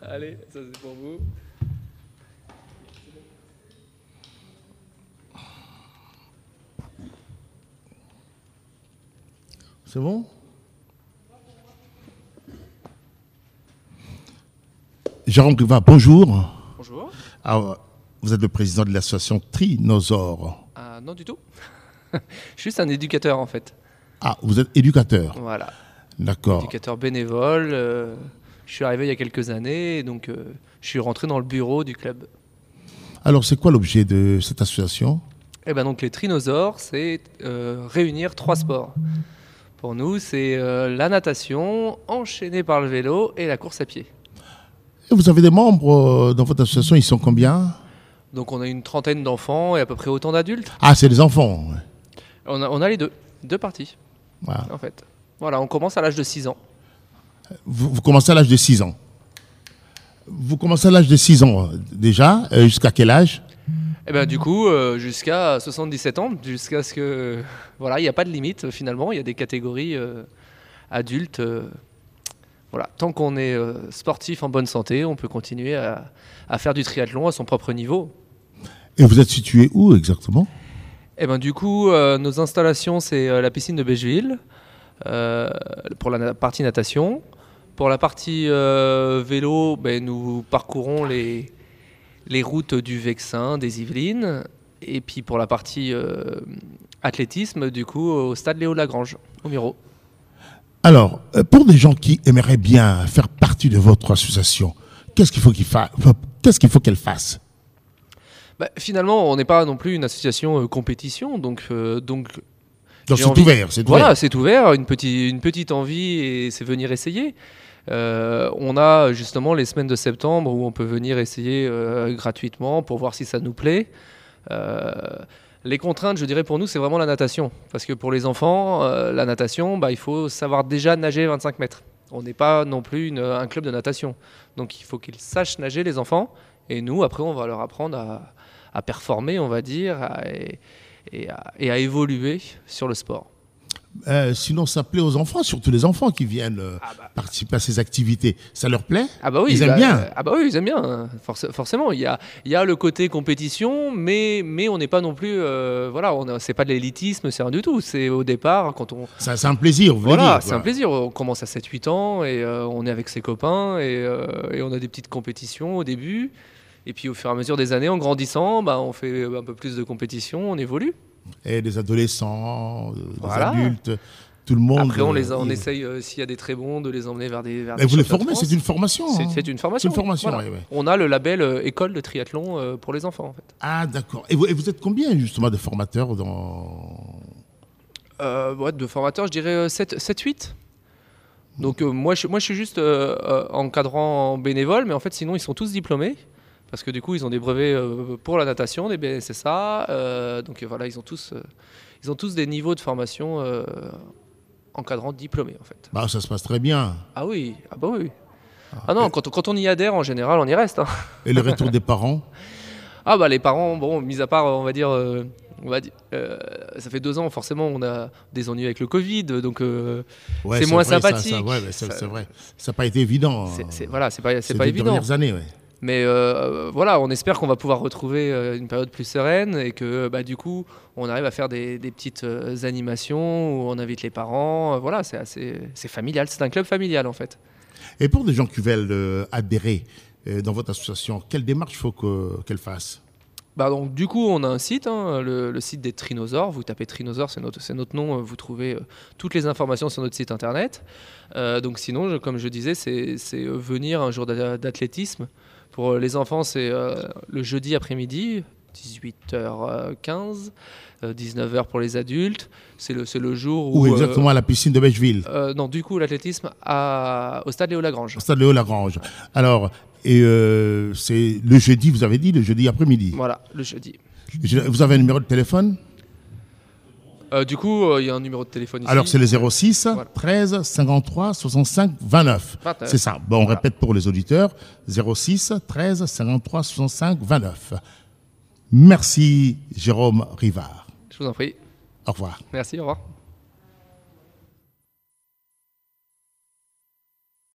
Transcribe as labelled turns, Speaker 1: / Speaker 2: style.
Speaker 1: Allez, ça c'est pour vous.
Speaker 2: C'est bon Jérôme Griva, bonjour.
Speaker 1: Bonjour.
Speaker 2: Ah, vous êtes le président de l'association Trinosaure.
Speaker 1: Ah, non du tout. Je suis juste un éducateur en fait.
Speaker 2: Ah, vous êtes éducateur.
Speaker 1: Voilà.
Speaker 2: D'accord.
Speaker 1: Éducateur bénévole. euh, je suis arrivé il y a quelques années, et donc euh, je suis rentré dans le bureau du club.
Speaker 2: Alors, c'est quoi l'objet de cette association
Speaker 1: Et ben donc les trinosaures, c'est euh, réunir trois sports. Pour nous, c'est euh, la natation, enchaînée par le vélo et la course à pied.
Speaker 2: Et Vous avez des membres euh, dans votre association, ils sont combien
Speaker 1: Donc on a une trentaine d'enfants et à peu près autant d'adultes.
Speaker 2: Ah, c'est les enfants. ouais.
Speaker 1: On a, on a les deux, deux parties
Speaker 2: Voilà.
Speaker 1: en fait. Voilà, on commence à l'âge de 6 ans.
Speaker 2: Vous, vous commencez à l'âge de 6 ans. Vous commencez à l'âge de 6 ans euh, déjà. Euh, Jusqu'à quel âge
Speaker 1: Et ben du coup, euh, jusqu'à 77 ans, jusqu'à ce que... Voilà, il n'y a pas de limite euh, finalement, il y a des catégories euh, adultes. euh, voilà, tant qu'on est euh, sportif en bonne santé, on peut continuer à, à faire du triathlon à son propre niveau.
Speaker 2: Et vous êtes situé où exactement
Speaker 1: Eh ben, du coup, euh, nos installations, c'est euh, la piscine de Bégeville euh, pour la na- partie natation. Pour la partie euh, vélo, ben, nous parcourons les, les routes du Vexin, des Yvelines. Et puis pour la partie euh, athlétisme, du coup, au stade Léo Lagrange, au Miro.
Speaker 2: Alors, euh, pour des gens qui aimeraient bien faire partie de votre association, qu'est-ce qu'il faut qu'ils fassent Qu'est-ce qu'il faut qu'elle fasse
Speaker 1: Bah, finalement, on n'est pas non plus une association euh, compétition, donc, euh, donc J'ai
Speaker 2: Donc c'est
Speaker 1: envie-
Speaker 2: ouvert, c'est ouvert.
Speaker 1: Voilà, c'est ouvert, une, petite une petite envie et c'est venir essayer. Euh, on a justement les semaines de septembre où on peut venir essayer euh, gratuitement pour voir si ça nous plaît. Euh, les contraintes, je dirais pour nous, c'est vraiment la natation. Parce que pour les enfants, euh, la natation, bah, il faut savoir déjà nager 25 mètres. On n'est pas non plus une- un club de natation. Donc il faut qu'ils sachent nager, les enfants. Et nous, après, on va leur apprendre à, à performer, on va dire, à- et- et à- et à évoluer sur le sport.
Speaker 2: Euh, sinon, ça plaît aux enfants, surtout les enfants qui viennent euh,
Speaker 1: Ah bah.
Speaker 2: participer à ces activités. Ça leur plaît
Speaker 1: Ah bah oui,
Speaker 2: Ils aiment
Speaker 1: bah,
Speaker 2: bien.
Speaker 1: euh, Ah bah oui, ils aiment bien. hein. Forc- forcément, il y a, il y a le côté compétition, mais, mais on n'est pas non plus, euh, voilà, on a- c'est pas de l'élitisme, c'est rien du tout. C'est au départ hein, quand on,
Speaker 2: Ça- C'est un plaisir, vous voulez
Speaker 1: voilà,
Speaker 2: dire,
Speaker 1: c'est
Speaker 2: quoi.
Speaker 1: un plaisir. On commence à 7-8 ans et euh, on est avec ses copains et, euh, et on a des petites compétitions au début. Et puis au fur et à mesure des années, en grandissant, bah, on fait euh, un peu plus de compétitions, on évolue.
Speaker 2: Et des adolescents, euh, des
Speaker 1: Voilà.
Speaker 2: adultes, tout le monde.
Speaker 1: Après, on, les,
Speaker 2: euh,
Speaker 1: on
Speaker 2: il-
Speaker 1: essaye, euh, s'il y a des très bons, de les emmener vers des. Vers
Speaker 2: Et
Speaker 1: des
Speaker 2: vous
Speaker 1: championnats
Speaker 2: les
Speaker 1: de
Speaker 2: formez,
Speaker 1: France.
Speaker 2: c'est une formation.
Speaker 1: C'est-
Speaker 2: hein
Speaker 1: c'est une formation.
Speaker 2: C'est une formation,
Speaker 1: voilà.
Speaker 2: ouais, ouais.
Speaker 1: On a le label euh, école de triathlon euh, pour les enfants. En fait.
Speaker 2: Ah, d'accord. Et vous, et vous êtes combien, justement, de formateurs dans.
Speaker 1: Euh, ouais, de formateurs, je dirais euh, 7-8. Donc euh, moi, je, moi je suis juste euh, euh, encadrant en bénévole, mais en fait sinon ils sont tous diplômés. Parce que du coup ils ont des brevets euh, pour la natation, des BSSA. euh, donc euh, voilà, ils ont, tous, euh, ils ont tous des niveaux de formation euh, encadrant diplômés en fait.
Speaker 2: Bah, ça se passe très bien.
Speaker 1: Ah oui, ah bah oui. Ah non, quand, on- quand on y adhère en général on y reste. hein.
Speaker 2: Et le retour des parents
Speaker 1: Ah bah les parents, bon, mis à part, on va dire, euh, on va dire, euh, ça fait deux ans, forcément, on a des ennuis avec le Covid, donc euh,
Speaker 2: Ouais,
Speaker 1: C'est moins
Speaker 2: vrai, ça- ça-
Speaker 1: sympathique.
Speaker 2: ouais, mais c'est
Speaker 1: Ça-
Speaker 2: c'est vrai. Ça n'a pas été évident.
Speaker 1: c'est-
Speaker 2: hein.
Speaker 1: c'est- voilà, c'est pas, c'est
Speaker 2: Ces
Speaker 1: pas
Speaker 2: deux
Speaker 1: évident.
Speaker 2: dernières années, ouais.
Speaker 1: Mais euh, voilà, on espère qu'on va pouvoir retrouver euh, une période plus sereine et que bah, du coup, on arrive à faire des, des petites euh, animations où on invite les parents. euh, voilà, c'est assez, c'est familial, c'est un club familial en fait.
Speaker 2: Et pour des gens qui veulent euh, adhérer euh, dans votre association, quelle démarche faut que- qu'elle fasse
Speaker 1: Bah donc, du coup, on a un site, hein, le, le site des Trinosaures. Vous tapez Trinosaures, c'est notre, c'est notre nom. euh, Vous trouvez euh, toutes les informations sur notre site internet. Euh, donc, sinon, je- comme je disais, c'est c'est, euh, venir un jour d'a- d'athlétisme. Pour euh, les enfants, c'est euh, le jeudi après-midi, 18h15, 19h euh, pour les adultes. C'est le, c'est le jour où.
Speaker 2: Ou
Speaker 1: euh,
Speaker 2: exactement à la piscine de Belleville,
Speaker 1: euh, non, du coup, l'athlétisme à- au stade Léo Lagrange.
Speaker 2: au stade Léo Lagrange. Alors, et euh, c'est le jeudi, vous avez dit, le jeudi après-midi.
Speaker 1: Voilà, le jeudi.
Speaker 2: Je- Vous avez un numéro de téléphone
Speaker 1: Euh, du coup, euh, il y a un numéro de téléphone ici.
Speaker 2: Alors, c'est le 06
Speaker 1: Voilà.
Speaker 2: 13 53 65 29.
Speaker 1: 29.
Speaker 2: C'est ça. Bon, on
Speaker 1: Voilà.
Speaker 2: répète pour les auditeurs 06 13 53 65 29. Merci, Jérôme Rivard.
Speaker 1: Je vous en prie.
Speaker 2: Au revoir.
Speaker 1: Merci, au revoir.